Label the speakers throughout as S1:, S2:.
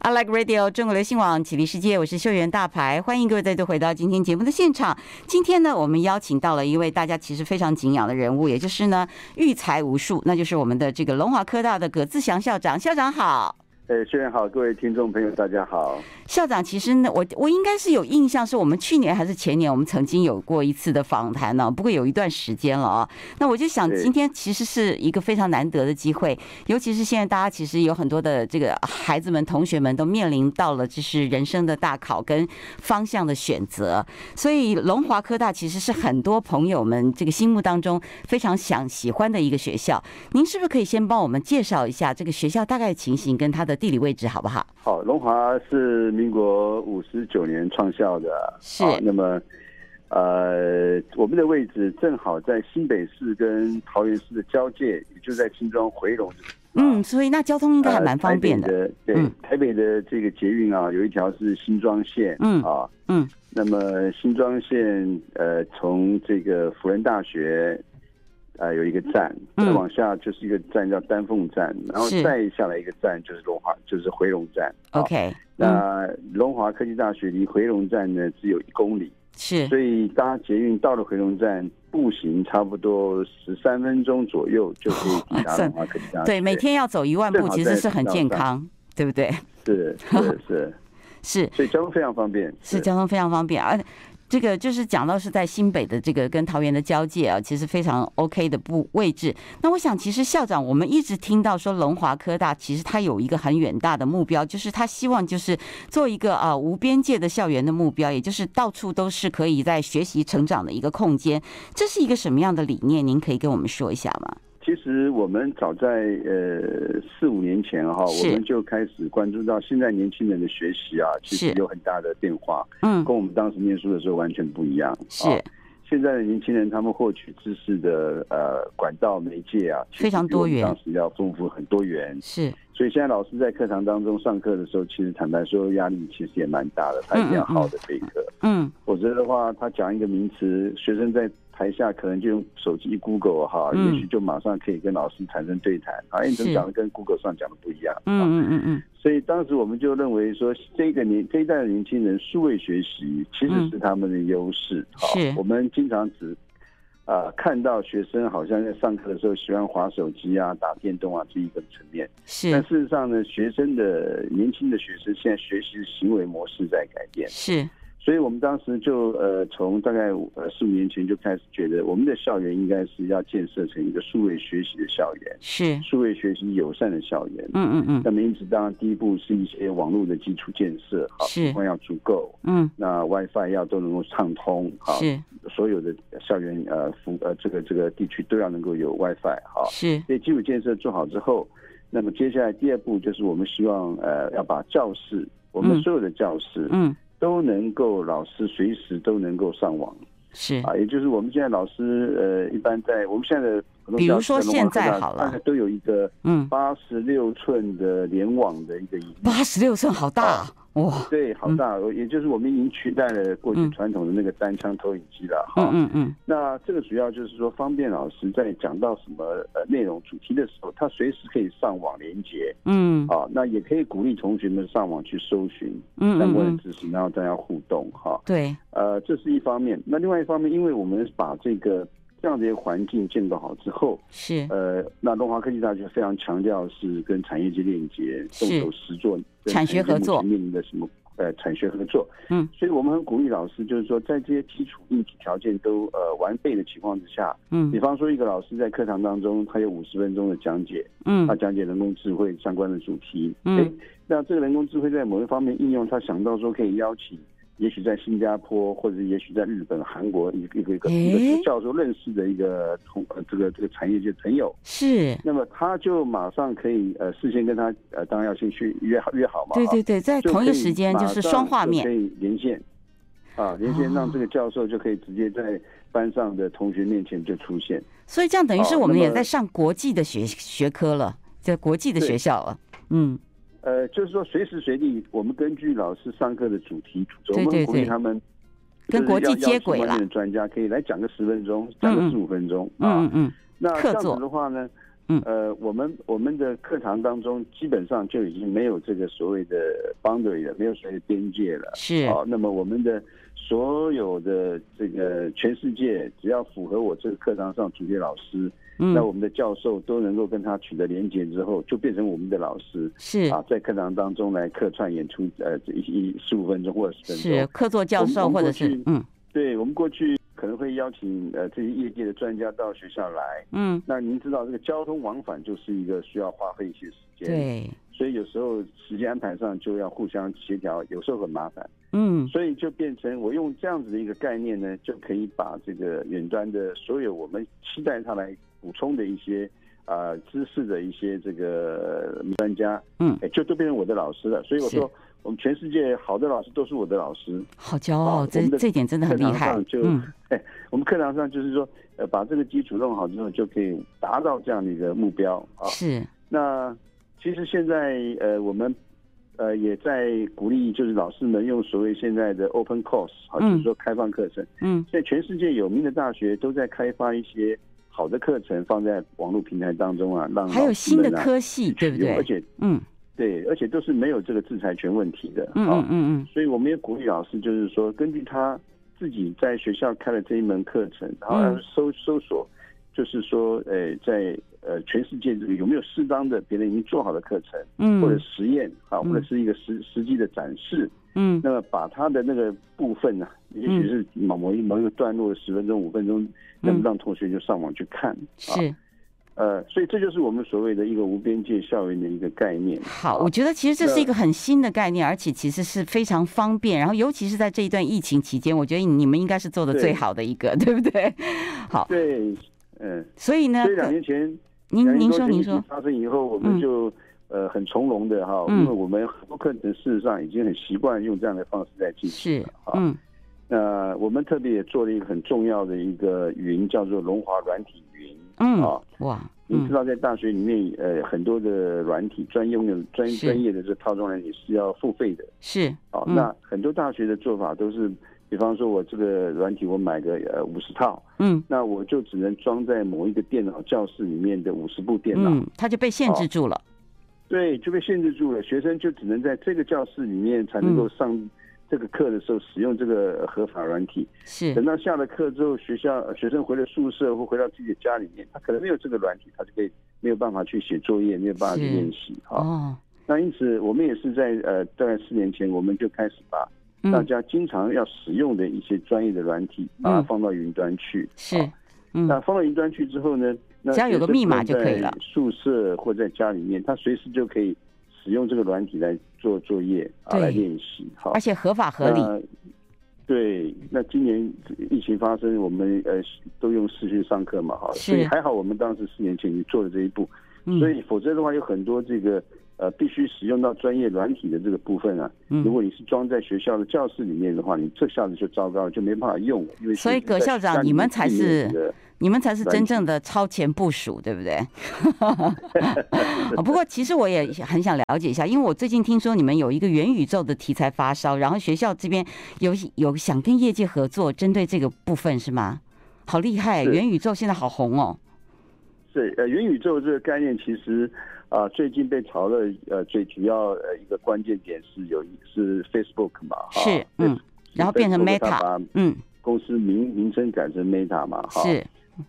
S1: I Like Radio 中国流行网，启立世界，我是秀媛大牌，欢迎各位再度回到今天节目的现场。今天呢，我们邀请到了一位大家其实非常敬仰的人物，也就是呢育才无数，那就是我们的这个龙华科大的葛自祥校长。校长好。
S2: 哎，轩然好，各位听众朋友，大家好。
S1: 校长，其实呢，我我应该是有印象，是我们去年还是前年，我们曾经有过一次的访谈呢、不过有一段时间了啊。那我就想，
S2: 对
S1: 今天其实是一个非常难得的机会，尤其是现在大家其实有很多的这个孩子们、同学们都面临到了就是人生的大考跟方向的选择，所以龙华科大其实是很多朋友们这个心目当中非常想喜欢的一个学校。您是不是可以先帮我们介绍一下这个学校大概的情形跟它的地理位置，好不好？
S2: 好，龙华是民国五十九年创校的，
S1: 是
S2: 好那么，呃，我们的位置正好在新北市跟桃园市的交界，也就在新庄回龙这个地方。
S1: 嗯，所以那交通应该还蛮方便的。
S2: 啊呃台北的
S1: 嗯
S2: 对，台北的这个捷运啊，有一条是新庄线，
S1: 嗯
S2: 啊，
S1: 嗯，
S2: 那么新庄线呃，从这个辅仁大学呃有一个站，
S1: 嗯
S2: 再往下就是一个站叫丹凤站，然后
S1: 是
S2: 再下来一个站就是龙华，就是回龙站。啊
S1: OK，嗯，
S2: 那龙华科技大学离回龙站呢只有一公里，
S1: 是
S2: 所以搭捷运到了回龙站，步行差不多十三分钟左右就可以抵达
S1: 哦算
S2: 龙华科技大学。
S1: 对，每天要走一万步
S2: 正，啊好
S1: 其实
S2: 在
S1: 是很
S2: 道
S1: 健
S2: 上
S1: 康，对不对？
S2: 是是是，
S1: 是
S2: 所以交通非常方便。
S1: 是交通非常方便，而这个就是讲到是在新北的这个跟桃园的交界啊，其实非常 OK 的部位置。那我想，其实校长我们一直听到说龙华科大，其实它有一个很远大的目标，就是他希望就是做一个啊无边界的校园的目标，也就是到处都是可以在学习成长的一个空间。这是一个什么样的理念？您可以跟我们说一下吗？
S2: 其实我们早在呃四五年前哈，
S1: 是
S2: 我们就开始关注到现在年轻人的学习啊，其实
S1: 是
S2: 有很大的变化，
S1: 嗯，
S2: 跟我们当时念书的时候完全不一样。啊
S1: 是，
S2: 现在的年轻人，他们获取知识的呃管道媒介啊，其实
S1: 非常多元
S2: 比我们当时要丰富很多元。
S1: 是，
S2: 所以现在老师在课堂当中上课的时候，其实坦白说压力其实也蛮大的，他一定要好好的备课。
S1: 嗯，
S2: 否则的话，他讲一个名词，学生在台下可能就用手机一 Google 哈，
S1: 嗯
S2: 也许就马上可以跟老师产生对谈，啊，哎你怎么
S1: 是
S2: 讲的跟 Google 上讲的不一样？
S1: 嗯
S2: 啊，
S1: 嗯嗯嗯，
S2: 所以当时我们就认为说，这个年这一代的年轻人数位学习其实是他们的优势。好
S1: 嗯是
S2: 我们经常只。啊、看到学生好像在上课的时候喜欢划手机啊、打电动啊这一个层面，
S1: 是
S2: 但事实上呢，学生的年轻的学生现在学习行为模式在改变，
S1: 是，
S2: 所以我们当时就呃，从大概五呃四五年前就开始觉得，我们的校园应该是要建设成一个数位学习的校园，
S1: 是，
S2: 数位学习友善的校园。
S1: 嗯嗯
S2: 那
S1: 嗯，
S2: 么，因此，当然第一步是一些网络的基础建设，好，
S1: 是
S2: 情况要足够，
S1: 嗯，
S2: 那 WiFi 要都能够畅通，好，
S1: 是
S2: 所有的校园呃服呃这个这个地区都要能够有 WiFi，好，
S1: 是，
S2: 所以基础建设做好之后，那么接下来第二步就是我们希望呃要把教室，我
S1: 嗯
S2: 们所有的教室，
S1: 嗯
S2: 都能够老师随时都能够上网
S1: 是，
S2: 啊，也就是我们现在老师呃一般在我们现在的普通
S1: 比如
S2: 教室
S1: 说
S2: 在
S1: 现
S2: 龙华科
S1: 在
S2: 大
S1: 好了
S2: 大概都有一个
S1: 嗯，
S2: 八十六寸的联网的一个荧幕，
S1: 八十六寸好大啊哇，
S2: 对，好大，也就是我们已经取代了过去
S1: 嗯
S2: 传统的那个单枪投影机了哈。
S1: 嗯嗯嗯，
S2: 那这个主要就是说方便老师在讲到什么呃内容主题的时候，他随时可以上网连接
S1: 嗯
S2: 啊，那也可以鼓励同学们上网去搜寻
S1: 嗯
S2: 相
S1: 嗯
S2: 关
S1: 嗯
S2: 的，知识，然后大家互动哈。
S1: 对，
S2: 呃，这是一方面。那另外一方面，因为我们把这个这样的一个环境建构好之后，
S1: 是
S2: 呃，那龙华科技大学非常强调是跟产业界链接，
S1: 是
S2: 动手实做，跟
S1: 产学合作
S2: 产业界目前面临的什么呃产学合作。
S1: 嗯，
S2: 所以我们很鼓励老师，就是说在这些基础硬体条件都呃完备的情况之下，比
S1: 嗯
S2: 方说一个老师在课堂当中，他有五十分钟的讲解，他
S1: 嗯
S2: 讲解人工智慧相关的主题。
S1: 嗯
S2: 诶，那这个人工智慧在某一方面应用，他想到说可以邀请，也许在新加坡或者也许在日本、韩国一个一个一个一个
S1: 诶
S2: 一个教授认识的一个同呃这个这个产业界朋友，
S1: 是，
S2: 那么他就马上可以呃事先跟他呃当然要先去约好约好嘛，
S1: 对
S2: 啊
S1: 对，对，在
S2: 就
S1: 同一个
S2: 可以
S1: 时间就
S2: 马
S1: 是
S2: 上
S1: 双画
S2: 就
S1: 面
S2: 可，以连线。啊，连线让
S1: 哦
S2: 这个教授就可以直接在班上的同学面前就出现。
S1: 所以这样等于是
S2: 哦
S1: 我们
S2: 那
S1: 也
S2: 么
S1: 在上国际的学学科了，在国际的
S2: 对
S1: 学校了，嗯
S2: 呃，就是说随时随地，我们根据老师上课的主题主轴，
S1: 对
S2: 我
S1: 对
S2: 们鼓励
S1: 对
S2: 他们
S1: 跟
S2: 就是
S1: 国际
S2: 要
S1: 接
S2: 邀请
S1: 轨
S2: 外面
S1: 啦
S2: 的专家可以来讲个十分钟，讲
S1: 嗯嗯
S2: 个四五分钟啊。
S1: 嗯嗯
S2: 那这
S1: 客
S2: 样
S1: 座
S2: 子的话呢，
S1: 嗯
S2: 呃，我们我们的课堂当中基本上就已经没有这个所谓的 boundary 了，没有所谓的边界了。
S1: 是，嗯
S2: 好，那么我们的所有的这个全世界，只要符合我这个课堂上主题老师，那
S1: 嗯，
S2: 我们的教授都能够跟他取得连结之后，就变成我们的老师
S1: 是
S2: 啊，在课堂当中来客串演出，呃，一一十五分钟或者十分
S1: 是
S2: 钟。
S1: 客座教
S2: 哦我们
S1: 授
S2: 我们
S1: 或者
S2: 过
S1: 是
S2: 去
S1: 嗯
S2: 对我们过去可能会邀请呃这些业界的专家到学校来，
S1: 嗯，
S2: 那您知道这个交通往返就是一个需要花费一些时间，，
S1: 对，
S2: 所以有时候时间安排上就要互相协调，有时候很麻烦。
S1: 嗯
S2: 所以就变成我用这样子的一个概念呢，就可以把这个远端的所有我们期待它来补充的一些呃知识的一些这个呃专家，
S1: 嗯，
S2: 哎，就都变成我的老师了。所以我说
S1: 是，
S2: 我们全世界好的老师都是我的老师。
S1: 好骄傲，
S2: 我
S1: 这
S2: 们啊的
S1: 这点真的很
S2: 课
S1: 厉
S2: 堂
S1: 害
S2: 上，就
S1: 嗯
S2: 我们课堂上就是说，呃，把这个基础弄好之后，就可以达到这样的一个目标啊。
S1: 是，
S2: 那其实现在呃，我们呃也在鼓励，就是老师们用所谓现在的 open course 啊，
S1: 嗯
S2: 就是说开放课程。
S1: 嗯
S2: 现在全世界有名的大学都在开发一些好的课程放在网络平台当中啊，让
S1: 还有
S2: 老师
S1: 新
S2: 们
S1: 的
S2: 啊
S1: 科系，对不
S2: 使用而
S1: 对？
S2: 且
S1: 嗯
S2: 对，而且都是没有这个制裁权问题的。
S1: 嗯
S2: 啊
S1: 嗯嗯
S2: 所以我们也鼓励老师，就是说根据他自己在学校开的这一门课程，然后
S1: 嗯
S2: 搜搜索，就是说，呃，在呃全世界这个有没有适当的别人已经做好的课程，
S1: 嗯
S2: 或者
S1: 嗯
S2: 实验啊，
S1: 嗯
S2: 或者是一个实实际的展示，
S1: 嗯，
S2: 那么把他的那个部分呢、也许是某某一某一个段落十分钟、五分钟，那么让同学就上网去看啊。
S1: 嗯是。
S2: 呃，所以这就是我们所谓的一个无边界校园的一个概念。
S1: 好，
S2: 啊
S1: 我觉得其实这是
S2: 那
S1: 一个很新的概念，而且其实是非常方便。然后，尤其是在这一段疫情期间，我觉得你们应该是做的
S2: 对
S1: 最好的一个，对不对？ 好，
S2: 对，嗯、
S1: 所以呢呃
S2: 所以，两年前
S1: 您您说
S2: 疫
S1: 您
S2: 情
S1: 说，
S2: 发生以后，我们
S1: 嗯
S2: 就、呃很从容的哈，
S1: 嗯
S2: 因为我们很多课程事实上已经很习惯用这样的方式在进行。
S1: 是，
S2: 好
S1: 嗯
S2: 那、我们特别也做了一个很重要的一个云，叫做龙华软体云。
S1: 嗯
S2: 啊，
S1: 哇，
S2: 您知
S1: 嗯
S2: 道，在大学里面，呃，很多的软体专用的专
S1: 是
S2: 专业的这套装软体是要付费的。
S1: 是，
S2: 哦，
S1: 嗯
S2: 那很多大学的做法都是，比方说我这个软体我买个呃五十套，
S1: 嗯
S2: 那我就只能装在某一个电脑教室里面的五十部电脑。啊
S1: 嗯，它就被限制住了，
S2: 对，就被限制住了。学生就只能在这个教室里面才
S1: 嗯
S2: 能够上这个课的时候使用这个合法软体。
S1: 是
S2: 等到下了课之后，学校呃学生回了宿舍或回到自己的家里面，他可能没有这个软体，他就可以没有办法去写作业，没有办法去
S1: 是
S2: 练习啊。
S1: 哦，
S2: 那因此，我们也是在呃大概四年前，我们就开始把大
S1: 嗯
S2: 家经常要使用的一些专业的软体，把它
S1: 嗯
S2: 放到云端去。
S1: 是，嗯
S2: 啊那放到云端去之后呢，那
S1: 只要有个
S2: 学生
S1: 密码就可以了
S2: 在宿舍或在家里面，他随时就可以使用这个软体来做作业啊，
S1: 对
S2: 来练习。好，
S1: 而且合法合理，
S2: 那对，那今年疫情发生，我们呃都用视讯上课嘛，哈，
S1: 是
S2: 所以还好我们当时四年前就做了这一步，所
S1: 嗯
S2: 以否则的话有很多这个呃必须使用到专业软体的这个部分啊，如
S1: 嗯。
S2: 果你是装在学校的教室里面的话，你这下子就糟糕了，就没办法用了，因为
S1: 所以
S2: 学生
S1: 葛
S2: 在
S1: 校长
S2: 家里
S1: 你们
S2: 面
S1: 才
S2: 并没有
S1: 是
S2: 这个
S1: 你们才是
S2: 软
S1: 真
S2: 体
S1: 正的超前部署，对不对？啊不过其实我也很想了解一下，因为我最近听说你们有一个元宇宙的题材发烧，然后学校这边有有想跟业界合作，针对这个部分是吗？好厉害，
S2: 是
S1: 元宇宙现在好红哦。
S2: 对，呃，元宇宙这个概念其实啊、最近被炒的呃最主要呃一个关键点是有一是 Facebook 嘛，哈
S1: 是嗯，然后变成
S2: Facebook 它
S1: Meta
S2: 把
S1: 嗯，
S2: 公司名名称改成 Meta 嘛，哈。。
S1: 是，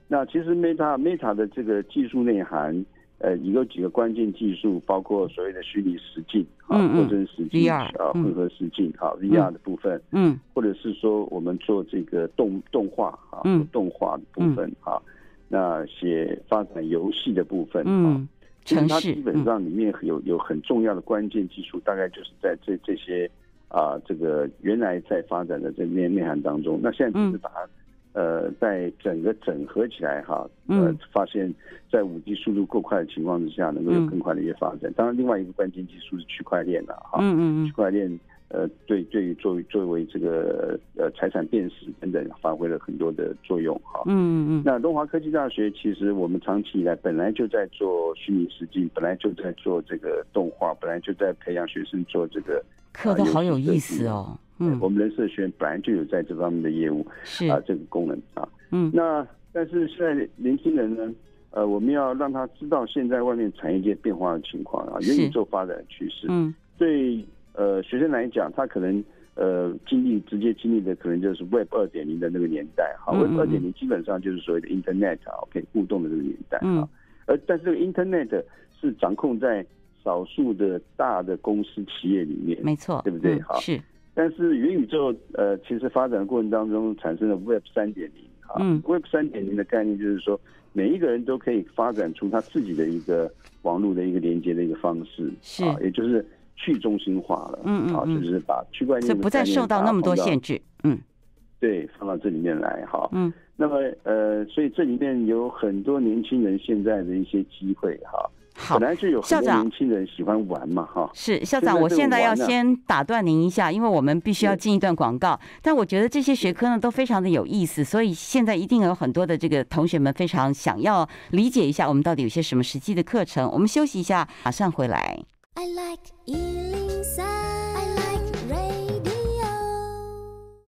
S2: 那其实 Meta Meta 的这个技术内涵，呃，有几个关键技术，包括所谓的虚拟实境啊，
S1: 嗯嗯
S2: 扩增实境
S1: VR
S2: 啊，
S1: 嗯
S2: 混合实境啊，VR 的部分，
S1: 嗯
S2: 或者是说我们做这个动动画啊
S1: 嗯，
S2: 动画的部分啊，那写发展游戏的部分啊。
S1: 嗯，城
S2: 它
S1: 市
S2: 基本
S1: 嗯
S2: 上里面有有很重要的关键技术，大概就是在这这些啊、这个原来在发展的这面内涵当中，那现在只是把
S1: 嗯
S2: 它、呃在整个整合起来哈，呃
S1: 嗯，
S2: 发现在五 G 速度够快的情况之下，能够有
S1: 嗯
S2: 更快的一些发展。当然，另外一个关键技术是区块链啊了哈，
S1: 嗯嗯
S2: 区块链。呃，对，对于作为作为这个呃财产辨识等等，发挥了很多的作用哈。
S1: 嗯嗯嗯，
S2: 那东华科技大学其实我们长期以来本来就在做虚拟实境，本来就在做这个动画，本来就在培养学生做这个。
S1: 课都好有意思哦。嗯
S2: 我，们人社学院本来就有在这方面的业务
S1: 是
S2: 啊、，这个功能啊。
S1: 嗯
S2: 那但是现在年轻人呢，呃，我们要让他知道现在外面产业界变化的情况啊，元宇宙发展的趋势。
S1: 嗯
S2: 对呃学生来讲，他可能呃经历直接经历的可能就是 Web 二点零的那个年代哈、
S1: 嗯嗯
S2: w e b 二点零基本上就是所谓的 Internet 啊，可以互动的这个年代啊。
S1: 嗯
S2: 而但是这个 Internet 是掌控在少数的大的公司企业里面，
S1: 没错，
S2: 对不对
S1: 嗯
S2: 好
S1: 是，
S2: 但是元宇宙呃，其实发展的过程当中产生了 Web 三点零啊、
S1: 嗯
S2: w e b 三点零的概念就是说，每一个人都可以发展出他自己的一个网络的一个连接的一个方式，
S1: 是
S2: 啊，也就是去中心化了，
S1: 嗯嗯
S2: 啊，
S1: 嗯
S2: 就是把区块链
S1: 所以
S2: 的
S1: 不再
S2: 概念
S1: 受到
S2: 把它
S1: 那么多
S2: 放到
S1: 限制。嗯
S2: 对，放到这里面来哈。
S1: 嗯
S2: 那么呃，所以这里面有很多年轻人现在的一些机会哈，
S1: 好
S2: 本。来就有
S1: 校
S2: 很多
S1: 长
S2: 年轻人喜欢玩嘛哈，
S1: 是校
S2: 现
S1: 长，
S2: 在
S1: 我
S2: 这
S1: 现
S2: 个
S1: 在要
S2: 玩啊
S1: 先打断您一下，因为我们必须要
S2: 是
S1: 进一段广告。但我觉得这些学科呢都非常的有意思，所以现在一定有很多的这个同学们非常想要理解一下我们到底有些什么实际的课程。我们休息一下，马上回来。
S3: I like Ealing Sound. I like radio.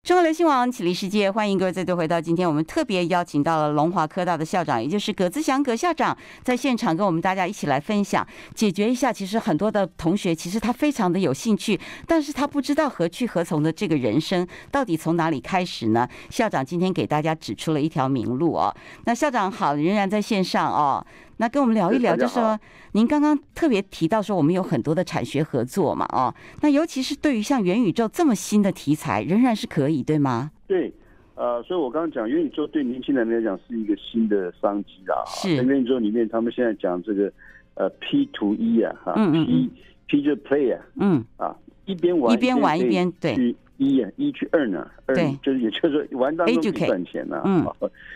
S1: 中国流行网启立世界，欢迎各位再度回到今天，我们特别邀请到了龙华科大的校长，也就是葛自祥葛校长，在现场跟我们大家一起来分享，解决一下其实很多的同学其实他非常的有兴趣，但是他不知道何去何从的这个人生到底从哪里开始呢？校长今天给大家指出了一条明路哦。那校长好，仍然在线上哦。那跟我们聊一聊，
S2: 哎是大
S1: 就
S2: 家
S1: 是说您刚刚特别提到说我们有很多的产学合作嘛，哦，那尤其是对于像元宇宙这么新的题材，仍然是可以，对吗？
S2: 对，呃，所以我刚刚讲元宇宙对年轻人来讲是一个新的商机啊。
S1: 是
S2: 在元宇宙里面，他们现在讲这个呃 P to E 啊，哈、
S1: 嗯嗯嗯
S2: p P 就是 play 啊，
S1: 嗯，
S2: 啊，一边玩
S1: 一边玩一边
S2: 可以去一啊，一去二呢，二
S1: 对
S2: 就是也就是说玩当中可
S1: Educate
S2: 以赚钱呐、
S1: 嗯
S2: 啊，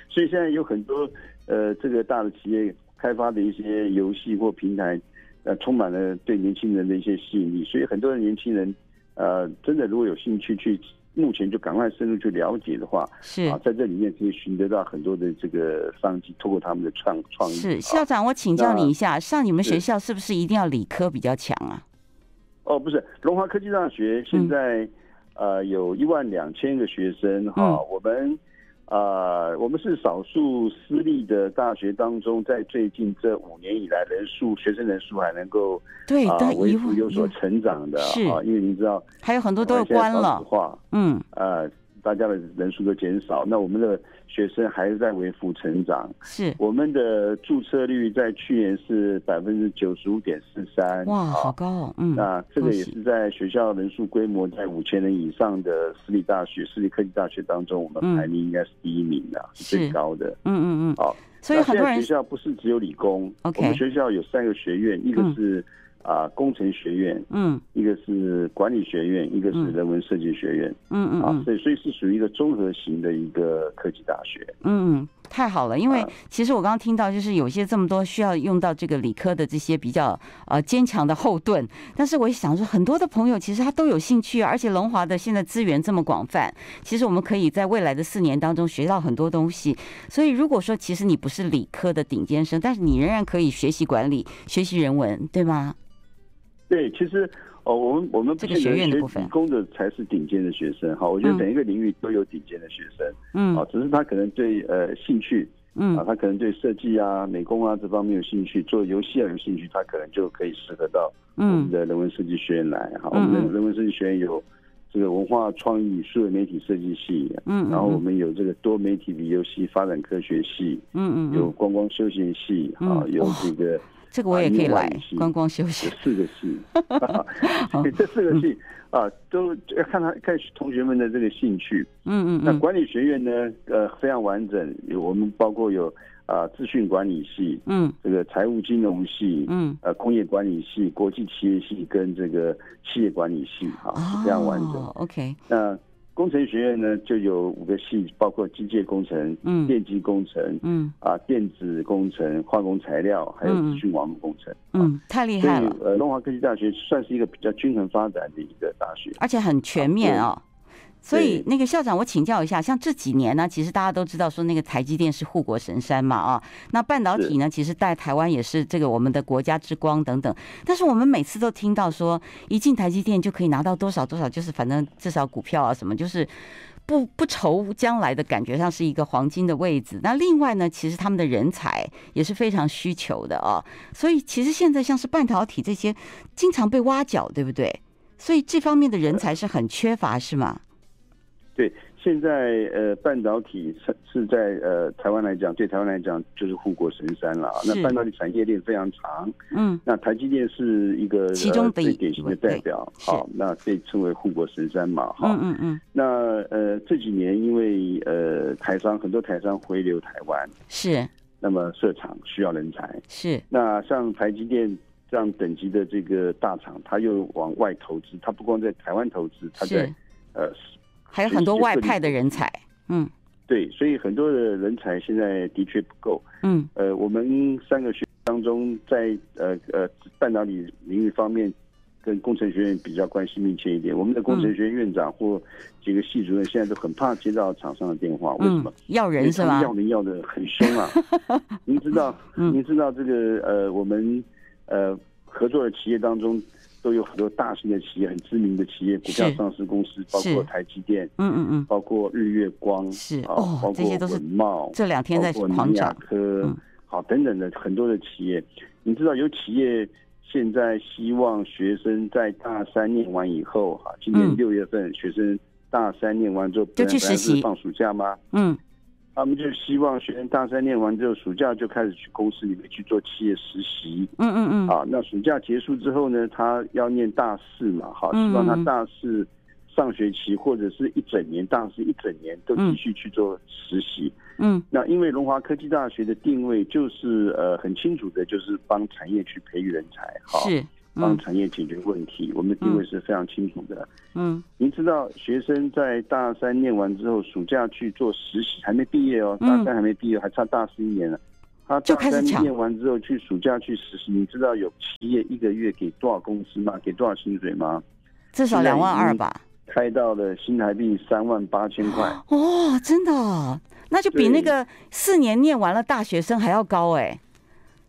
S2: 所以现在有很多呃这个大的企业开发的一些游戏或平台，呃，充满了对年轻人的一些吸引力，所以很多的年轻人呃真的如果有兴趣去。目前就赶快深入去了解的话，
S1: 是
S2: 啊，在这里面可以寻得到很多的这个商机，透过他们的创创意。
S1: 是。校
S2: 啊、
S1: 长，我请教
S2: 那
S1: 你一下，上你们学
S2: 是
S1: 校是不是一定要理科比较强啊？
S2: 哦，不是，龙华科技大学现在、呃有一万两千个学生哈、
S1: 嗯
S2: 我们呃我们是少数私立的大学当中，在最近这五年以来，人数学生人数还能够
S1: 对，
S2: 啊、
S1: 但
S2: 微
S1: 一
S2: 幅
S1: 万
S2: 有所
S1: 嗯
S2: 成长的
S1: 是
S2: 啊，因为您知道
S1: 还有很多
S2: 我
S1: 都
S2: 们
S1: 要
S2: 现在
S1: 关
S2: 少子
S1: 了，
S2: 化，
S1: 嗯，
S2: 呃，大家的人数都减少，那我们的学生还是在微幅成长。
S1: 是
S2: 我们的注册率在去年是百分之九十五点四三，
S1: 哇，
S2: 啊
S1: 好高哦，嗯，
S2: 那这个也
S1: 恭
S2: 是在学校人数规模在五千人以上的私立大学、私立科技大学当中，我
S1: 嗯
S2: 们排名应该是第一名的、啊
S1: 是
S2: 是最高的。
S1: 嗯嗯嗯
S2: 好，
S1: 所以
S2: 那
S1: 很多
S2: 现在
S1: 人
S2: 学校不是只有理工
S1: OK
S2: 我们学校有三个学院，一个
S1: 嗯
S2: 是啊、工程学院，
S1: 嗯
S2: 一个是管理学院，一个是
S1: 嗯
S2: 人文设计学院、
S1: 嗯嗯
S2: 啊，
S1: 嗯
S2: 所以所以是属于一个综合型的一个科技大学。
S1: 嗯嗯。太好了，因为
S2: 啊
S1: 其实我刚刚听到，就是有些这么多需要用到这个理科的这些比较呃坚强的后盾，但是我也想说，很多的朋友其实他都有兴趣啊，而且龙华的现在资源这么广泛，其实我们可以在未来的四年当中学到很多东西。所以如果说其实你不是理科的顶尖生，但是你仍然可以学习管理、学习人文，对吗？
S2: 对，其实哦，我们我们
S1: 这
S2: 不
S1: 个
S2: 见得
S1: 学院的部
S2: 理
S1: 分
S2: 工的才是顶尖的学生哈，我觉得
S1: 嗯
S2: 每一个领域都有顶尖的学生
S1: 嗯
S2: 啊，只是他可能对呃兴趣啊，
S1: 嗯
S2: 他可能对设计啊、美工啊这方面有兴趣，做游戏啊有兴趣，他可能就可以适合到我们
S1: 嗯
S2: 的人文设计学院来哈。我
S1: 嗯
S2: 们
S1: 嗯
S2: 的人文设计学院有这个文化创意、数位媒体设计系，
S1: 嗯，
S2: 然后我们有这个多媒体旅游系、发展科学系，
S1: 嗯嗯
S2: 有
S1: 嗯，
S2: 观光休闲系啊，
S1: 嗯
S2: 有
S1: 哇
S2: 这个。
S1: 这个我也可以来观光休息
S2: 有。四个系， 这四个
S1: 嗯
S2: 系啊，都要看他看同学们的这个兴趣。
S1: 嗯嗯
S2: 那
S1: 嗯
S2: 管理学院呢，呃，非常完整，有我们包括有啊、资讯管理系、
S1: 嗯
S2: 这个财务金融系、
S1: 嗯，
S2: 呃工业管理系、国际企业系跟这个企业管理系啊，是非常完整。
S1: 哦，OK，
S2: 那工程学院呢，就有五个系，包括机械工程、
S1: 嗯
S2: 电机工程、
S1: 嗯
S2: 啊电子工程、化工材料，还有
S1: 嗯
S2: 资讯网络工程。啊
S1: 嗯，太厉
S2: 所
S1: 害
S2: 以
S1: 了，
S2: 呃，龙华科技大学算是一个比较均衡发展的一个大学。
S1: 而且很全面哦。所以
S2: 对
S1: 那个校长，我请教一下，像这几年呢，其实大家都知道说那个台积电是护国神山嘛啊，那半导体呢，其实在台湾也是这个我们的国家之光等等。但是我们每次都听到说，一进台积电就可以拿到多少多少，就是反正至少股票啊什么，就是不不愁将来的感觉上是一个黄金的位置。那另外呢，其实他们的人才也是非常需求的啊，所以其实现在像是半导体这些，经常被挖角，对不对？所以这方面的人才是很缺乏，是吗？
S2: 对，现在呃，半导体是是在呃台湾来讲，对台湾来讲就是护国神山了啊。
S1: 是
S2: 那半导体产业链非常长，
S1: 嗯。
S2: 那台积电是一个
S1: 其中
S2: 呃
S1: 的一
S2: 最典型的代表，
S1: 对是
S2: 好，那被称为护国神山嘛，哈。
S1: 嗯嗯
S2: 那呃这几年因为呃台商很多台商回流台湾，
S1: 嗯，是
S2: 那么设厂需要人才，
S1: 是，
S2: 那像台积电这样等级的这个大厂，它又往外投资，它不光在台湾投资，它在
S1: 是
S2: 呃
S1: 还有很多外派的人才，嗯
S2: 对，所以很多的人才现在的确不够。
S1: 嗯
S2: 呃，我们三个学当中在，呃呃半导体领域方面，跟工程学院比较关系密切一点。我们的工程学院院长或几个系主任现在都很怕接到厂商的电话，为什么
S1: 嗯？，要
S2: 因为
S1: 人是
S2: 他们
S1: 吧？
S2: 要人要的很凶 啊！您知道，
S1: 嗯
S2: 您知道这个呃，我们呃合作的企业当中，都有很多大型的企业、很知名的企业，股票
S1: 是
S2: 上市公司，包
S1: 是
S2: 括台积电，
S1: 嗯嗯嗯，
S2: 包括日月光，
S1: 是
S2: 啊
S1: 哦
S2: 包括
S1: 这些都是
S2: 文茂，
S1: 这两天在
S2: 包括
S1: 狂
S2: 尼亚
S1: 涨，
S2: 科，
S1: 嗯
S2: 好等等的很多的企业，你知道有企业现在希望学生在大三念完以后，哈，今
S1: 嗯
S2: 年六月份、学生大三念完之后，
S1: 就去
S2: 本来
S1: 实习
S2: 本来是放暑假吗？
S1: 嗯
S2: 他们就希望学生大三念完之后，暑假就开始去公司里面去做企业实习。
S1: 嗯嗯嗯，
S2: 啊，那暑假结束之后呢，他要念大四嘛，好，
S1: 嗯
S2: 希望他大四上学期或者是一整年，大四一整年都继续去做实习。
S1: 嗯
S2: 那因为龙华科技大学的定位就是呃很清楚的，就是帮产业去培育人才，好，
S1: 是，
S2: 帮
S1: 嗯
S2: 产业解决问题，我们的定位是非常清楚的。
S1: 嗯
S2: 您知道，学生在大三念完之后，暑假去做实习，还没毕业哦，
S1: 嗯
S2: 大三还没毕业，还差大四一年呢。他
S1: 就
S2: 大
S1: 开始
S2: 三
S1: 抢
S2: 念完之后去暑假去实习，你知道有企业一个月给多少工资吗？给多少薪水吗？
S1: 至少
S2: 现在
S1: 两万
S2: 已
S1: 二
S2: 经
S1: 吧？
S2: 开到了新台币三万八千块，
S1: 哦，真的哦，那就比那
S2: 对
S1: 个四年念完了大学生还要高哎，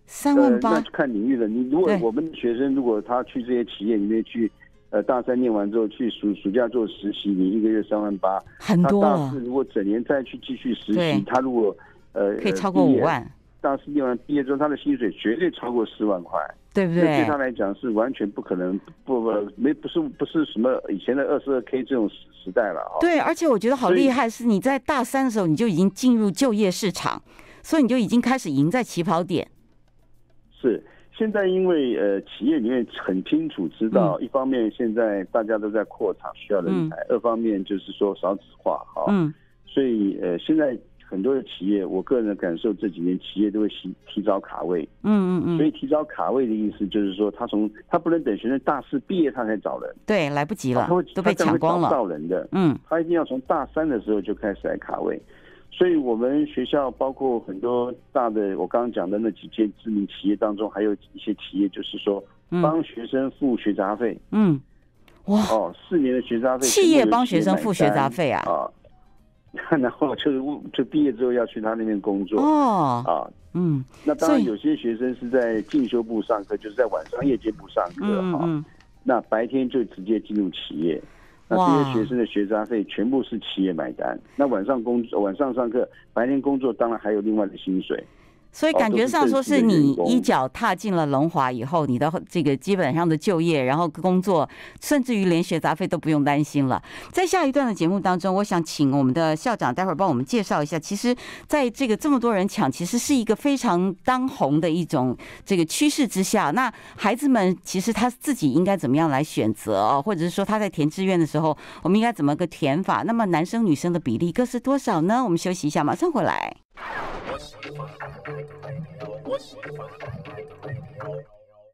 S1: 三
S2: 呃
S1: 万，
S2: 那
S1: 八
S2: 就，看领域了。你如果
S1: 对
S2: 我们的学生如果他去这些企业里面去，呃，大三念完之后去暑暑假做实习，你一个月三万八，
S1: 很
S2: 他
S1: 多
S2: 大
S1: 了
S2: 四，如果整年再去继续实
S1: 对
S2: 习，他如果呃
S1: 可以超过五。
S2: 呃毕业
S1: 万，
S2: 大四念完毕业之后，他的薪水绝对超过四万块，
S1: 对不
S2: 这对
S1: 对
S2: 他？来讲是完全不可能，不不没不是不是什么以前的二十二 k 这种时时代了啊、
S1: 对，而且我觉得好
S2: 所以
S1: 厉害，是你在大三的时候你就已经进入就业市场，所以你就已经开始赢在起跑点。
S2: 是现在因为呃企业里面很清楚知道，
S1: 嗯
S2: 一方面现在大家都在扩厂需要人才，二方面就是说少子化哈、
S1: 嗯
S2: 所以呃现在很多的企业，我个人的感受这几年企业都会提提早卡位，
S1: 嗯嗯
S2: 所
S1: 嗯，
S2: 以提早卡位的意思就是说他从他不能等学生大四毕业他才找人，
S1: 嗯对，来不及
S2: 他
S1: 了
S2: 会，
S1: 都被
S2: 他这样
S1: 抢
S2: 会
S1: 光
S2: 找
S1: 了。
S2: 不到人的。
S1: 嗯
S2: 他一定要从大三的时候就开始来卡位。所以我们学校包括很多大的，我刚刚讲的那几间知名企业当中，还有一些企业就是说
S1: 嗯
S2: 帮学生付学杂费、
S1: 嗯，哇，
S2: 哦，四年的学杂费，
S1: 企业帮学生付学杂费啊？
S2: 啊， 然后就是就毕业之后要去他那边工作、
S1: 哦，
S2: 啊。
S1: 嗯
S2: 那当然
S1: 所
S2: 有些学生是在进修部上课，就是在晚上夜间部上课哦
S1: 嗯
S2: 哈、
S1: 嗯
S2: 那白天就直接进入企业。那这
S1: 哇
S2: 些学生的学杂费全部是企业买单。那晚上工作晚上上课，白天工作当然还有另外的薪水。
S1: 嗯，所以
S2: 哦
S1: 感
S2: 都
S1: 觉
S2: 是
S1: 上
S2: 正
S1: 说
S2: 式
S1: 是
S2: 的员
S1: 你
S2: 工
S1: 一脚踏进了龙华以后，你的这个基本上的就业，然后工作，甚至于连学杂费都不用担心了。在下一段的节目当中，我想请我们的校长待会儿帮我们介绍一下，其实在这个这么多人抢，其实是一个非常当红的一种这个趋势之下，那孩子们其实他自己应该怎么样来选择哦，或者是说他在填志愿的时候，我们应该怎么个填法？那么男生女生的比例各是多少呢？我们休息一下，马上回来。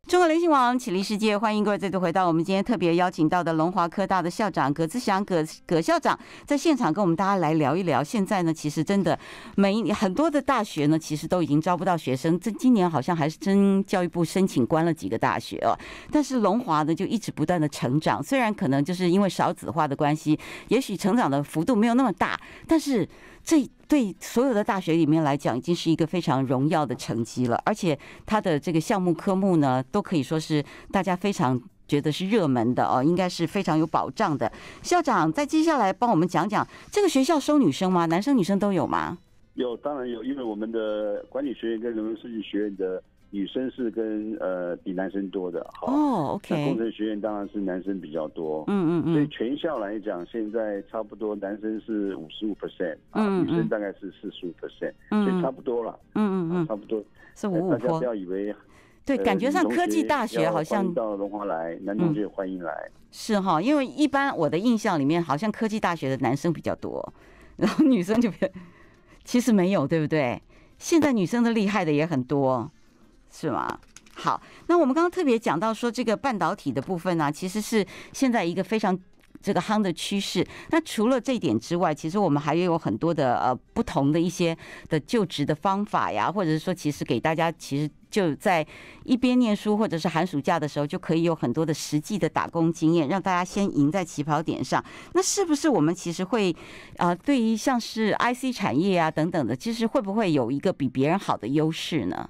S1: 中国流行网启立世界，欢迎各位再度回到我们今天特别邀请到的龙华科大的校长葛志祥葛葛校长，在现场跟我们大家来聊一聊。现在呢，其实真的每一很多的大学呢，其实都已经招不到学生。这今年好像还是真教育部申请关了几个大学哦，但是龙华呢就一直不断的成长。虽然可能就是因为少子化的关系，也许成长的幅度没有那么大，但是这对所有的大学里面来讲，已经是一个非常荣耀的成绩了。而且它的这个项目科目呢，都可以说是大家非常觉得是热门的哦，应该是非常有保障的。校长，再接下来帮我们讲讲这个学校收女生吗？男生女生都有吗？
S2: 有，当然有，因为我们的管理学院跟人文设计学院的女生是跟呃比男生多的，好、
S1: 哦
S2: 那工
S1: ，OK，
S2: 程学院当然是男生比较多，
S1: 嗯嗯
S2: 所以
S1: 嗯，
S2: 全校来讲，现在差不多男生是五十五 percent，啊，
S1: 嗯嗯
S2: 女生大概是四十五 percent，所以
S1: 嗯
S2: 差
S1: 嗯
S2: 不多了，
S1: 嗯
S2: 啊
S1: 嗯，
S2: 差不多。
S1: 是
S2: 呃
S1: 五五
S2: 大家
S1: 坡
S2: 不，要以为
S1: 对，
S2: 呃
S1: 感觉上
S2: 女同
S1: 科技大学
S2: 要
S1: 好
S2: 欢
S1: 像嗯
S2: 迎到龙华来，男同学欢迎来，
S1: 是哈，因为一般我的印象里面，好像科技大学的男生比较多， 然后女生就比较，其实没有，对不对？现在女生的厉害的也很多，是吗？好，那我们刚刚特别讲到说这个半导体的部分呢、啊其实是现在一个非常这个夯的趋势。那除了这一点之外，其实我们还有很多的呃不同的一些的就职的方法呀，或者是说，其实给大家其实就在一边念书或者是寒暑假的时候，就可以有很多的实际的打工经验，让大家先赢在起跑点上。那是不是我们其实会啊、呃对于像是 IC 产业啊等等的，其实会不会有一个比别人好的优势呢？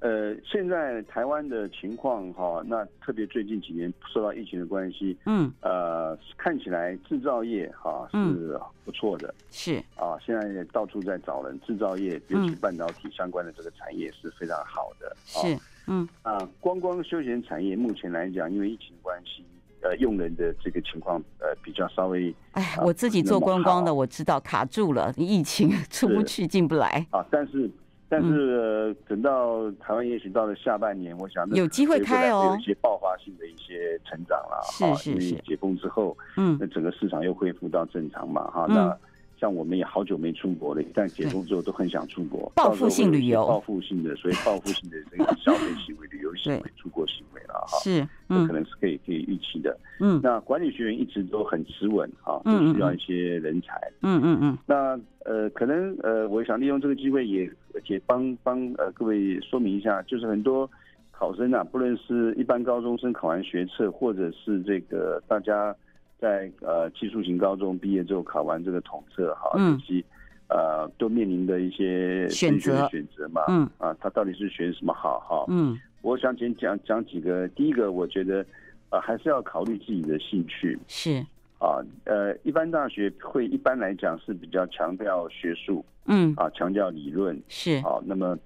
S2: 呃，现在台湾的情况哈、那特别最近几年受到疫情的关系，
S1: 嗯，
S2: 呃，看起来制造业哈、
S1: 嗯
S2: 是不错的
S1: 是，
S2: 啊，现在也到处在找人，制造业尤其
S1: 嗯
S2: 半导体相关的这个产业是非常好的。啊
S1: 是，嗯
S2: 啊，观光休闲产业目前来讲，因为疫情关系，呃，用人的这个情况呃比较稍微
S1: 哎，
S2: 啊
S1: 我自己
S2: 不是
S1: 做
S2: 那么
S1: 观光
S2: 好
S1: 的，我知道卡住了，疫情出不
S2: 是
S1: 去进不来，
S2: 啊，但是但是、呃等到台湾也许到了下半年，我想那
S1: 嗯有机会开
S2: 未来会
S1: 哦
S2: 有一。些爆发性的一些成长啦。
S1: 是
S2: 啊
S1: 是
S2: 因为
S1: 是
S2: 解封之后，
S1: 嗯
S2: 那整个市场又恢复到正常嘛，哈、
S1: 嗯
S2: 那。像我们也好久没出国了，但解封之后都很想出国，
S1: 嗯报
S2: 到时候
S1: 复性
S2: 会有一些
S1: 旅游
S2: 报复性的，所以报复性的这个消费行为、旅游 行为、出国行为了哈，
S1: 是，
S2: 这
S1: 嗯
S2: 可能是可以可以预期的。
S1: 嗯
S2: 那管理学院一直都很持稳啊，
S1: 嗯嗯
S2: 都需要一些人才。
S1: 嗯嗯嗯，
S2: 那呃，可能呃，我想利用这个机会也也帮帮呃各位说明一下，就是很多考生啊，不论是一般高中生考完学测，或者是这个大家在呃技术型高中毕业之后考完这个统测哈，
S1: 嗯
S2: 以及呃都面临的一些
S1: 选择
S2: 升学的选择嘛，
S1: 嗯
S2: 啊，他到底是选什么好哈？
S1: 嗯
S2: 我想先讲讲几个，第一个我觉得呃还是要考虑自己的兴趣。
S1: 是，
S2: 啊，呃，一般大学会一般来讲是比较强调学术
S1: 嗯
S2: 啊，强调理论
S1: 是，
S2: 啊。那么，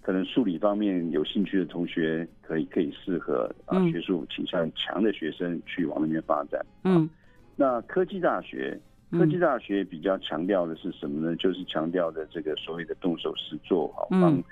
S2: 可能数理方面有兴趣的同学可以可以适合啊
S1: 嗯
S2: 学术倾向强的学生去往那边发展。
S1: 嗯
S2: 那科技大学，科技
S1: 嗯
S2: 大学比较强调的是什么呢？就是强调的这个所谓的动手实做啊，
S1: 嗯
S2: 帮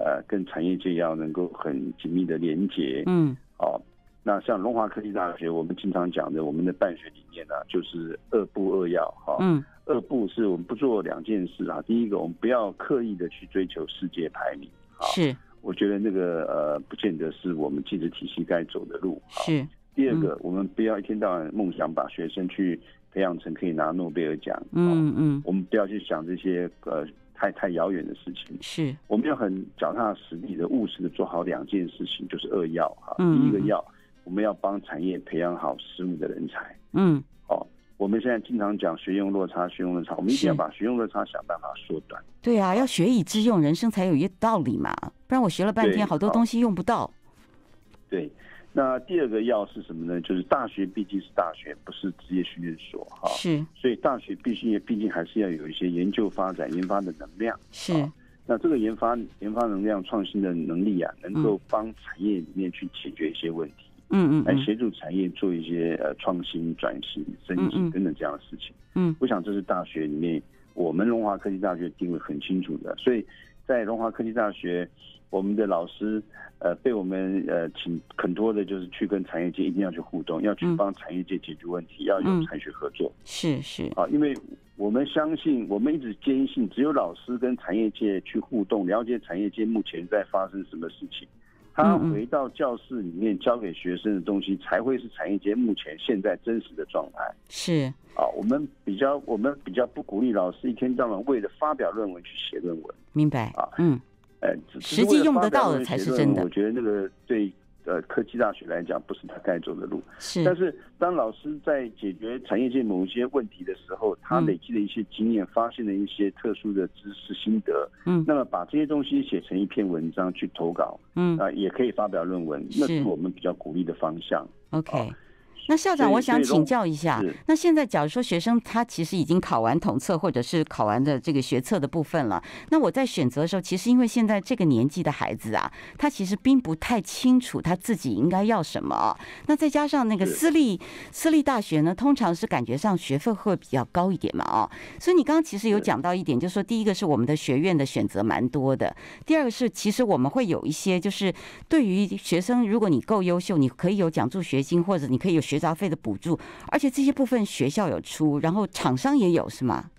S2: 呃跟产业界要能够很紧密的连接。
S1: 嗯
S2: 哦，那像龙华科技大学，我们经常讲的，我们的办学理念呢、就是二不二要哈、
S1: 嗯
S2: 二不是我们不做两件事啊。第一个，我们不要刻意的去追求世界排名啊，
S1: 是
S2: 我觉得那个呃，不见得是我们技职体系该走的路啊。
S1: 是，
S2: 第二个，
S1: 嗯
S2: 我们不要一天到晚梦想把学生去培养成可以拿诺贝尔奖，啊
S1: 嗯嗯
S2: 我们不要去想这些呃太太遥远的事情。
S1: 是，
S2: 我们要很脚踏实地的、务实的做好两件事情，就是二要啊。
S1: 嗯
S2: 第一个要，我们要帮产业培养好实务的人才。
S1: 嗯
S2: 哦，我们现在经常讲学用落差，学用落差，我们一定要把学用落差想办法缩短。
S1: 对啊，要学以致用，人生才有一个道理嘛，不然我学了半天，
S2: 对
S1: 好多
S2: 好
S1: 东西用不到。
S2: 对，那第二个要是什么呢？就是大学毕竟是大学，不是职业训练所哈、
S1: 是
S2: 所以大学必须也毕竟还是要有一些研究发展、研发的能量。
S1: 是，
S2: 那这个研发、研发能量、创新的能力啊，能
S1: 嗯
S2: 够帮产业里面去解决一些问题。
S1: 嗯嗯
S2: 来
S1: 嗯
S2: 协助产业做一些呃创新、转型、升级
S1: 嗯嗯
S2: 等等这样的事情。
S1: 嗯
S2: 我想这是大学里面我们龙华科技大学定位很清楚的，所以在龙华科技大学，我们的老师呃被我们呃请很多的就是去跟产业界一定要去互动，要去
S1: 嗯
S2: 帮产业界解决问题，要
S1: 嗯
S2: 有产学合作
S1: 是是，
S2: 啊，因为。我们相信，我们一直坚信，只有老师跟产业界去互动，了解产业界目前在发生什么事情，他
S1: 嗯嗯
S2: 回到教室里面教给学生的东西，才会是产业界目前现在真实的状态。
S1: 是，
S2: 啊，我们比较我们比较不鼓励老师一天到晚为了发表论文去写论文，
S1: 明白
S2: 啊，
S1: 嗯，
S2: 呃，只只
S1: 实
S2: 是
S1: 际
S2: 为了
S1: 用得
S2: 发表
S1: 到的
S2: 论文
S1: 才
S2: 写
S1: 是
S2: 论
S1: 真
S2: 文
S1: 的
S2: 我觉得那个对呃科技大学来讲不是他该走的路。但
S1: 是，
S2: 是当老师在解决产业界某一些问题的时候，他
S1: 嗯
S2: 累积的一些经验，发现了一些特殊的知识心得，
S1: 嗯
S2: 那么把这些东西写成一篇文章去投稿，
S1: 嗯
S2: 啊、也可以发表论文，那
S1: 是
S2: 是我们比较鼓励的方向。
S1: ，OK。那校长，
S2: 所以
S1: 我想
S2: 所以
S1: 请
S2: 龙
S1: 教一下
S2: 是，
S1: 那现在假如说学生他其实已经考完统测或者是考完的这个学测的部分了，那我在选择的时候，其实因为现在这个年纪的孩子啊，他其实并不太清楚他自己应该要什么啊。那再加上那个
S2: 是
S1: 私立私立大学呢，通常是感觉上学费会比较高一点嘛啊。所以你刚刚其实有
S2: 是
S1: 讲到一点，就是说第一个是我们的学院的选择蛮多的，第二个是其实我们会有一些就是对于学生，如果你够优秀，你可以有奖助学金或者你可以有学杂费的补助，而且这些部分学校有出，然后厂商也有是吗？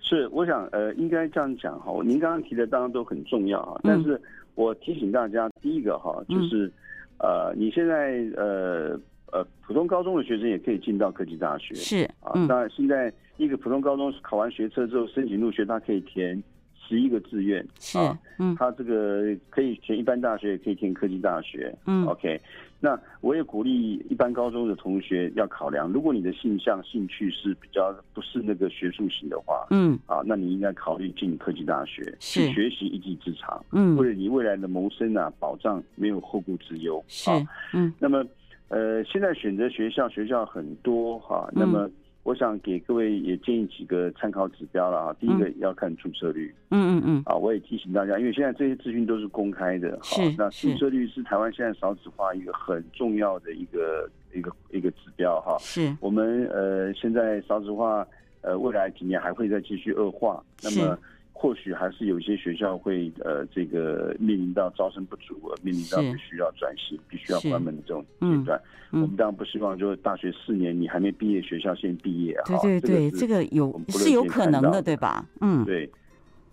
S2: 是，我想呃，应该这样讲哈。您刚刚提的当然都很重要哈，
S1: 嗯
S2: 但是我提醒大家，第一个哈，就是、呃，你现在呃呃，普通高中的学生也可以进到科技大学
S1: 是
S2: 啊。，
S1: 嗯，
S2: 那现在一个普通高中考完学测之后申请入学，他可以填十一个志愿，
S1: 是
S2: 啊，
S1: 嗯
S2: 他这个可以填一般大学，也可以填科技大学。
S1: 嗯
S2: OK，那我也鼓励一般高中的同学要考量，如果你的性向、兴趣是比较不是那个学术型的话，
S1: 嗯
S2: 啊，那你应该考虑进科技大学，
S1: 是
S2: 去学习一技之长，为
S1: 嗯，
S2: 了你未来的谋生啊，保障没有后顾之忧。
S1: 是
S2: 啊，
S1: 嗯
S2: 那么，呃，现在选择学校，学校很多哈、
S1: 嗯
S2: 那么，我想给各位也建议几个参考指标了啊。
S1: 嗯
S2: 第一个要看注册率、
S1: 嗯嗯嗯，
S2: 啊，我也提醒大家，因为现在这些资讯都是公开的。哈
S1: 是
S2: 那
S1: 是
S2: 注册率是台湾现在少子化一个很重要的一个一个一个指标哈、
S1: 是
S2: 我们呃现在少子化，呃未来几年还会再继续恶化，那
S1: 是
S2: 么或许还是有一些学校会呃这个面临到招生不足，呃面临到
S1: 是
S2: 必须要转型、必须要
S1: 是
S2: 关门的这种
S1: 嗯
S2: 阶段。
S1: 嗯
S2: 我们当然不希望就是大学四年你还没毕业，学校先毕业啊。
S1: 对对对，
S2: 是
S1: 这个
S2: 我
S1: 有
S2: 们不乐
S1: 是有
S2: 见
S1: 可
S2: 看
S1: 能
S2: 到
S1: 的，对吧？嗯，
S2: 对。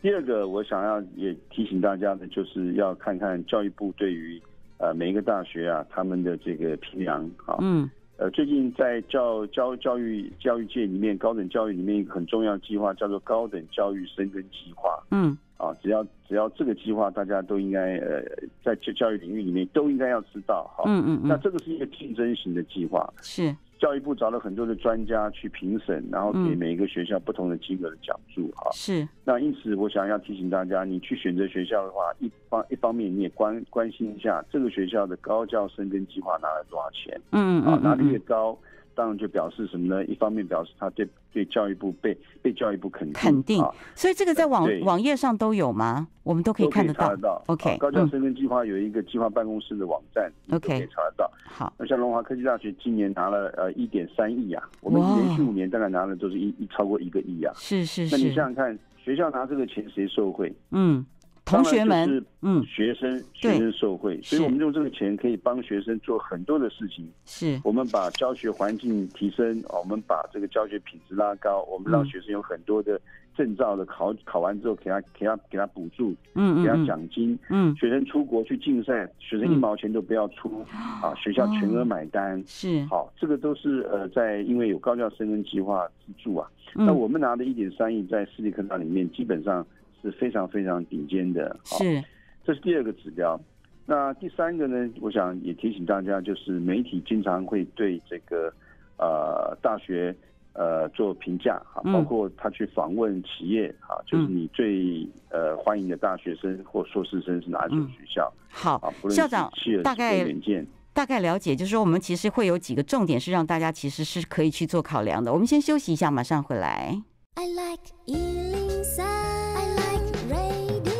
S2: 第二个，我想要也提醒大家的，就是要看看教育部对于呃每一个大学啊他们的这个评量啊，
S1: 嗯
S2: 呃，最近在教教教育教育界里面，高等教育里面一个很重要的计划叫做高等教育深耕计划
S1: 嗯
S2: 啊，只要只要这个计划，大家都应该呃在教教育领域里面都应该要知道哈。
S1: 嗯嗯
S2: 那
S1: 嗯，
S2: 这个是一个竞争型的计划，
S1: 是
S2: 教育部找了很多的专家去评审，然后给
S1: 嗯
S2: 每一个学校不同的金额的奖助哈。
S1: 是
S2: 那因此，我想要提醒大家，你去选择学校的话，一方一方面你也关关心一下这个学校的高教深耕计划拿了多少钱。
S1: 嗯嗯
S2: 啊
S1: 嗯，
S2: 拿
S1: 嗯
S2: 的越
S1: 嗯，
S2: 高，当然就表示什么呢？一方面表示他对对教育部被被教育部肯定，
S1: 肯定
S2: 啊、
S1: 所以这个在网
S2: 对
S1: 网页上都有吗？我们都可以
S2: 都
S1: 看
S2: 得
S1: 得到
S2: 查得。到。
S1: OK，
S2: 啊高教
S1: 嗯
S2: 生跟计划有一个计划办公室的网站你都
S1: OK
S2: 可以查得到。
S1: 好，
S2: 那像龙华科技大学今年拿了呃一点三亿啊，我们
S1: 哇
S2: 连续五年大概拿了都是一一超过一个亿啊。
S1: 是是
S2: 那你
S1: 是，
S2: 想想看，学校拿这个钱谁受惠？
S1: 嗯，同学
S2: 当然就
S1: 们，
S2: 是
S1: 嗯，
S2: 学生
S1: 对
S2: 学生受惠，所以
S1: 是
S2: 我们用这个钱可以帮学生做很多的事情。
S1: 是
S2: 我们把教学环境提升，哦我们把这个教学品质拉高，我们让
S1: 嗯
S2: 学生有很多的证照的考，考完之后给他给他给他补助，
S1: 嗯
S2: 给他
S1: 嗯嗯
S2: 奖金。
S1: 嗯
S2: 学生出国去竞赛，学生一
S1: 嗯哦
S2: 毛钱都不要出，啊，学校全额买单。
S1: 是，
S2: 好，这个都是呃，在因为有高教生跟计划资助啊，那
S1: 嗯
S2: 我们拿的一点三亿在私立科大里面，基本上是非常非常顶尖的。哦好
S1: 是
S2: 这是第二个指标。那第三个呢？我想也提醒大家，就是媒体经常会对这个呃大学呃做评价啊，
S1: 嗯
S2: 包括他去访问企业啊，就是你最呃欢迎的大学生或硕士生是哪一所
S1: 嗯
S2: 学校啊
S1: 好？
S2: 不，论
S1: 校长
S2: 是企业
S1: 大概
S2: 远见
S1: 大概了解，就是说我们其实会有几个重点是让大家其实是可以去做考量的。我们先休息一下，马上回来。
S3: I like Ealing Sound. I like radio.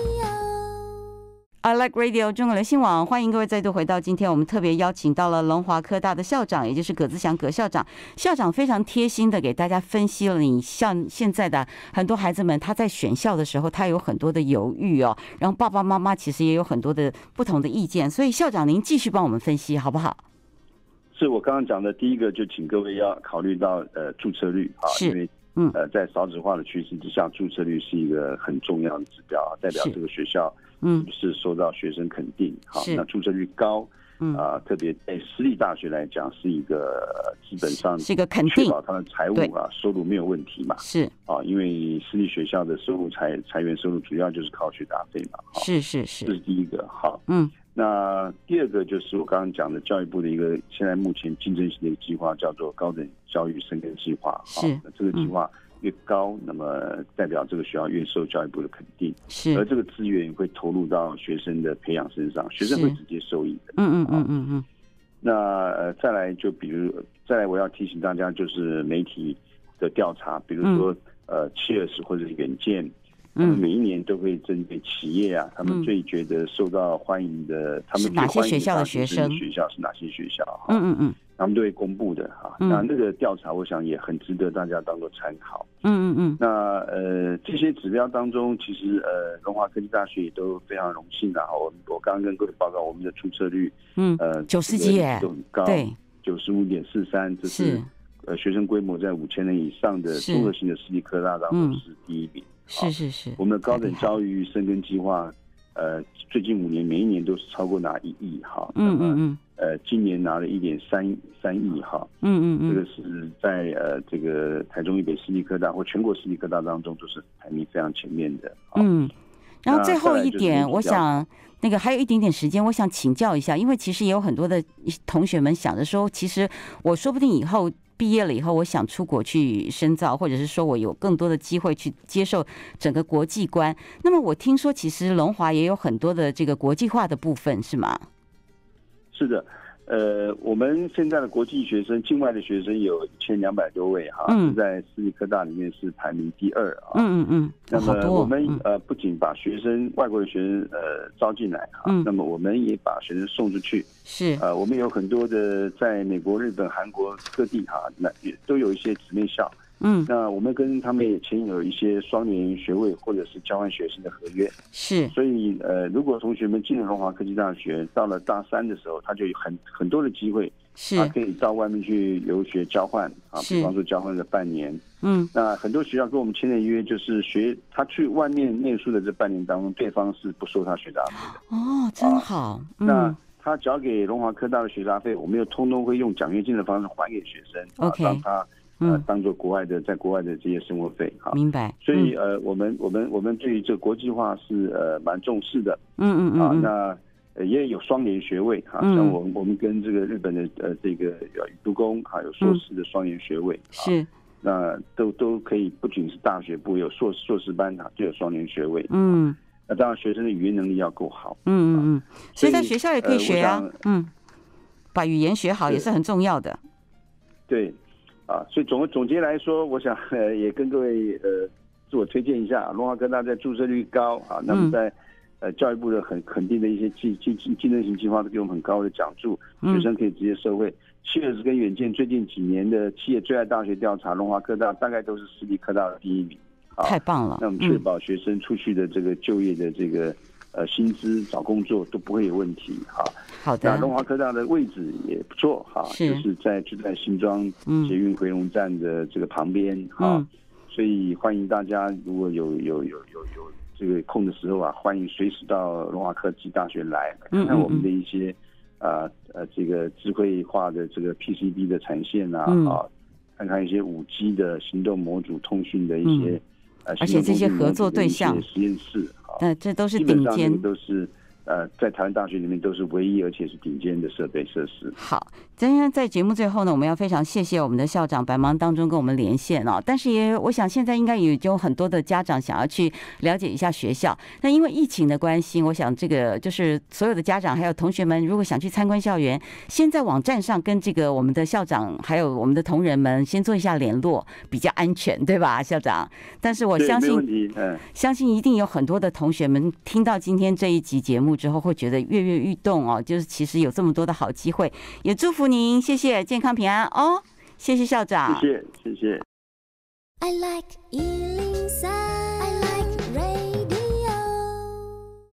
S1: I like radio 中国流行网，欢迎各位再度回到今天，我们特别邀请到了龙华科大的校长，也就是葛自祥葛校长。校长非常贴心的给大家分析了你像现在的很多孩子们，他在选校的时候，他有很多的犹豫哦，然后爸爸妈妈其实也有很多的不同的意见，所以校长您继续帮我们分析好不好？
S2: 是我刚刚讲的第一个，就请各位要考虑到呃注册率啊，
S1: 是
S2: 因为
S1: 嗯
S2: 呃，在少子化的趋势之下，注册率是一个很重要的指标啊，代表
S1: 是
S2: 这个学校
S1: 嗯
S2: 是受到学生肯定。好
S1: 是，
S2: 那注册率高
S1: 嗯，
S2: 啊、特别在私立大学来讲，是一个基本上
S1: 是一个肯
S2: 确
S1: 定，
S2: 保他的财务
S1: 对
S2: 啊收入没有问题嘛。
S1: 是
S2: 啊，因为私立学校的收入财财源收入主要就是靠学杂费嘛。好，
S1: 是是
S2: 这
S1: 是，
S2: 是第一个。好，
S1: 嗯
S2: 那第二个就是我刚刚讲的教育部的一个现在目前竞争性的一个计划，叫做高等教育生根计划。啊
S1: 是，嗯
S2: 那这个计划越高，那么代表这个学校越受教育部的肯定，而
S1: 是，
S2: 这个资源会投入到学生的培养身上，学生
S1: 是
S2: 会直接受益的。
S1: 嗯嗯嗯嗯嗯，
S2: 那呃，再来就比如，呃再来我要提醒大家，就是媒体的调查，比如说、呃，Cheers 或者远见，他们
S1: 嗯
S2: 每一年都会针对企业啊，他
S1: 嗯
S2: 们最觉得受到欢迎的，他
S1: 是
S2: 们
S1: 哪
S2: 最
S1: 些
S2: 欢迎
S1: 学校的
S2: 大
S1: 学
S2: 生
S1: 生
S2: 学校是哪些学校？哈、
S1: 嗯嗯嗯
S2: 他们都会公布的哈、
S1: 嗯
S2: 那那个调查，我想也很值得大家当做参考。
S1: 嗯嗯嗯，
S2: 那呃，这些指标当中，其实呃，龙华科技大学也都非常荣幸啊。我们我刚刚跟各位报告，我们的出测率
S1: 嗯，
S2: 呃
S1: 90
S2: 这个
S1: 几耶
S2: 都很高，
S1: 对，
S2: 九十五点四三，这是
S1: 是
S2: 呃学生规模在五千人以上的
S1: 是
S2: 综合性的私立科大当中
S1: 嗯
S2: 是第一名。
S1: 是是是，
S2: 我们的高等
S1: 育，
S2: 教育深耕计划，呃，最近五年每一年都是超过拿一亿哈，那
S1: 嗯
S2: 么
S1: 嗯嗯
S2: 呃，今年拿了一点三三亿哈，
S1: 嗯
S2: 这
S1: 嗯
S2: 个
S1: 嗯，
S2: 是在呃这个台中以北私立科大或全国私立科大当中都是排名非常前面的。啊，
S1: 嗯，然后
S2: 那
S1: 最
S2: 再
S1: 后
S2: 来
S1: 一
S2: 就是
S1: 点，
S2: 比
S1: 我
S2: 较
S1: 想那个还有一点点时间，我想请教一下，因为其实也有很多的同学们想着说，其实我说不定以后。毕业了以后，我想出国去深造，或者是说我有更多的机会去接受整个国际观。那么我听说，其实龙华也有很多的这个国际化的部分，是吗？
S2: 是的。呃，我们现在的国际学生、境外的学生有一千两百多位哈，
S1: 嗯
S2: 是在私立科大里面是排名第二啊。
S1: 嗯嗯嗯，
S2: 那
S1: 哦好
S2: 么
S1: 多
S2: 我
S1: 哦，
S2: 们
S1: 嗯
S2: 呃不仅把学生外国的学生呃招进来啊
S1: 嗯，
S2: 那么我们也把学生送出去。
S1: 是
S2: 呃，我们有很多的在美国、日本、韩国各地哈，那也都有一些姊妹校。
S1: 嗯
S2: 那我们跟他们也签有一些双联学位或者是交换学生的合约。
S1: 是
S2: 所以呃，如果同学们进了龙华科技大学，到了大三的时候，他就有很很多的机会，他
S1: 是
S2: 可以到外面去留学交换啊，
S1: 是
S2: 比方说交换个半年。
S1: 嗯
S2: 那很多学校跟我们签的约就是学他去外面念书的这半年当中，对方是不收他学杂费的。
S1: 哦，真好嗯
S2: 啊那他缴给龙华科大的学杂费，我们又通通会用奖学金的方式还给学生，啊
S1: OK，
S2: 让他呃
S1: 嗯，
S2: 当做国外的在国外的这些生活费啊哈。
S1: 明白。
S2: 所以呃，我们我们我们对于这个国际化是呃蛮重视的
S1: 嗯嗯
S2: 啊。
S1: 嗯嗯
S2: 那呃也有双联学位哈，
S1: 嗯
S2: 像我们我们跟这个日本的呃这个呃读工哈有硕士的双联学位啊。
S1: 嗯是
S2: 那都都可以，不仅是大学部有硕士硕士班啊，就有双联学位。，
S1: 嗯
S2: 那当然学生的语言能力要够好
S1: 嗯。嗯嗯，所以
S2: 所以
S1: 在学校也可以
S2: 呃我
S1: 学啊
S2: 想，
S1: 嗯，把语言学好也
S2: 是
S1: 是很重要的。
S2: 对，啊，所以总总结来说，我想呃也跟各位呃自我推荐一下，龙华科大在注册率高啊，那
S1: 嗯
S2: 么在、呃教育部的很肯定的一些竞竞竞竞争型计划都给我们很高的奖助，
S1: 嗯
S2: 学生可以直接受惠。切尔斯跟远见最近几年的企业最爱大学调查，龙华科大大概都是私立科大的第一名。啊
S1: 太棒了，嗯
S2: 那我们确保学生出去的这个就业的这个呃薪资、找工作都不会有问题啊哈。
S1: 嗯、好
S2: 那
S1: 的，
S2: 龙华科大的位置也不错哈，
S1: 是
S2: 就是在就在新庄
S1: 嗯
S2: 捷运回龙站的这个旁边哈，
S1: 嗯
S2: 所以欢迎大家如果有有有有有这个空的时候啊，欢迎随时到龙华科技大学来
S1: 嗯
S2: 看看
S1: 嗯
S2: 我们的一些啊呃这个智慧化的这个 PCB 的产线啊、
S1: 嗯
S2: 啊，看看一些五 G 的行动模组通讯的一些、
S1: 嗯
S2: 呃
S1: 而且这些合作对象
S2: 行动通讯模组的一些实验室啊。
S1: 那这都是
S2: 基本
S1: 顶
S2: 上那
S1: 尖
S2: 个。都是呃，在台湾大学里面都是唯一而且是顶尖的设备设施。
S1: 好，今天在节目最后呢，我们要非常谢谢我们的校长百忙当中跟我们连线哦。但是也，我想现在应该也有很多的家长想要去了解一下学校。那因为疫情的关系，我想这个就是所有的家长还有同学们，如果想去参观校园，先在网站上跟这个我们的校长还有我们的同仁们先做一下联络，比较安全，对吧，校长？但是我
S2: 对
S1: 相
S2: 没
S1: 信
S2: 问题，嗯，
S1: 相信一定有很多的同学们听到今天这一集节目之后，会觉得跃跃欲动哦。就是其实有这么多的好机会，也祝福您，谢谢健康平安哦，谢谢校长，
S2: 谢谢，谢谢。
S3: I like Ealing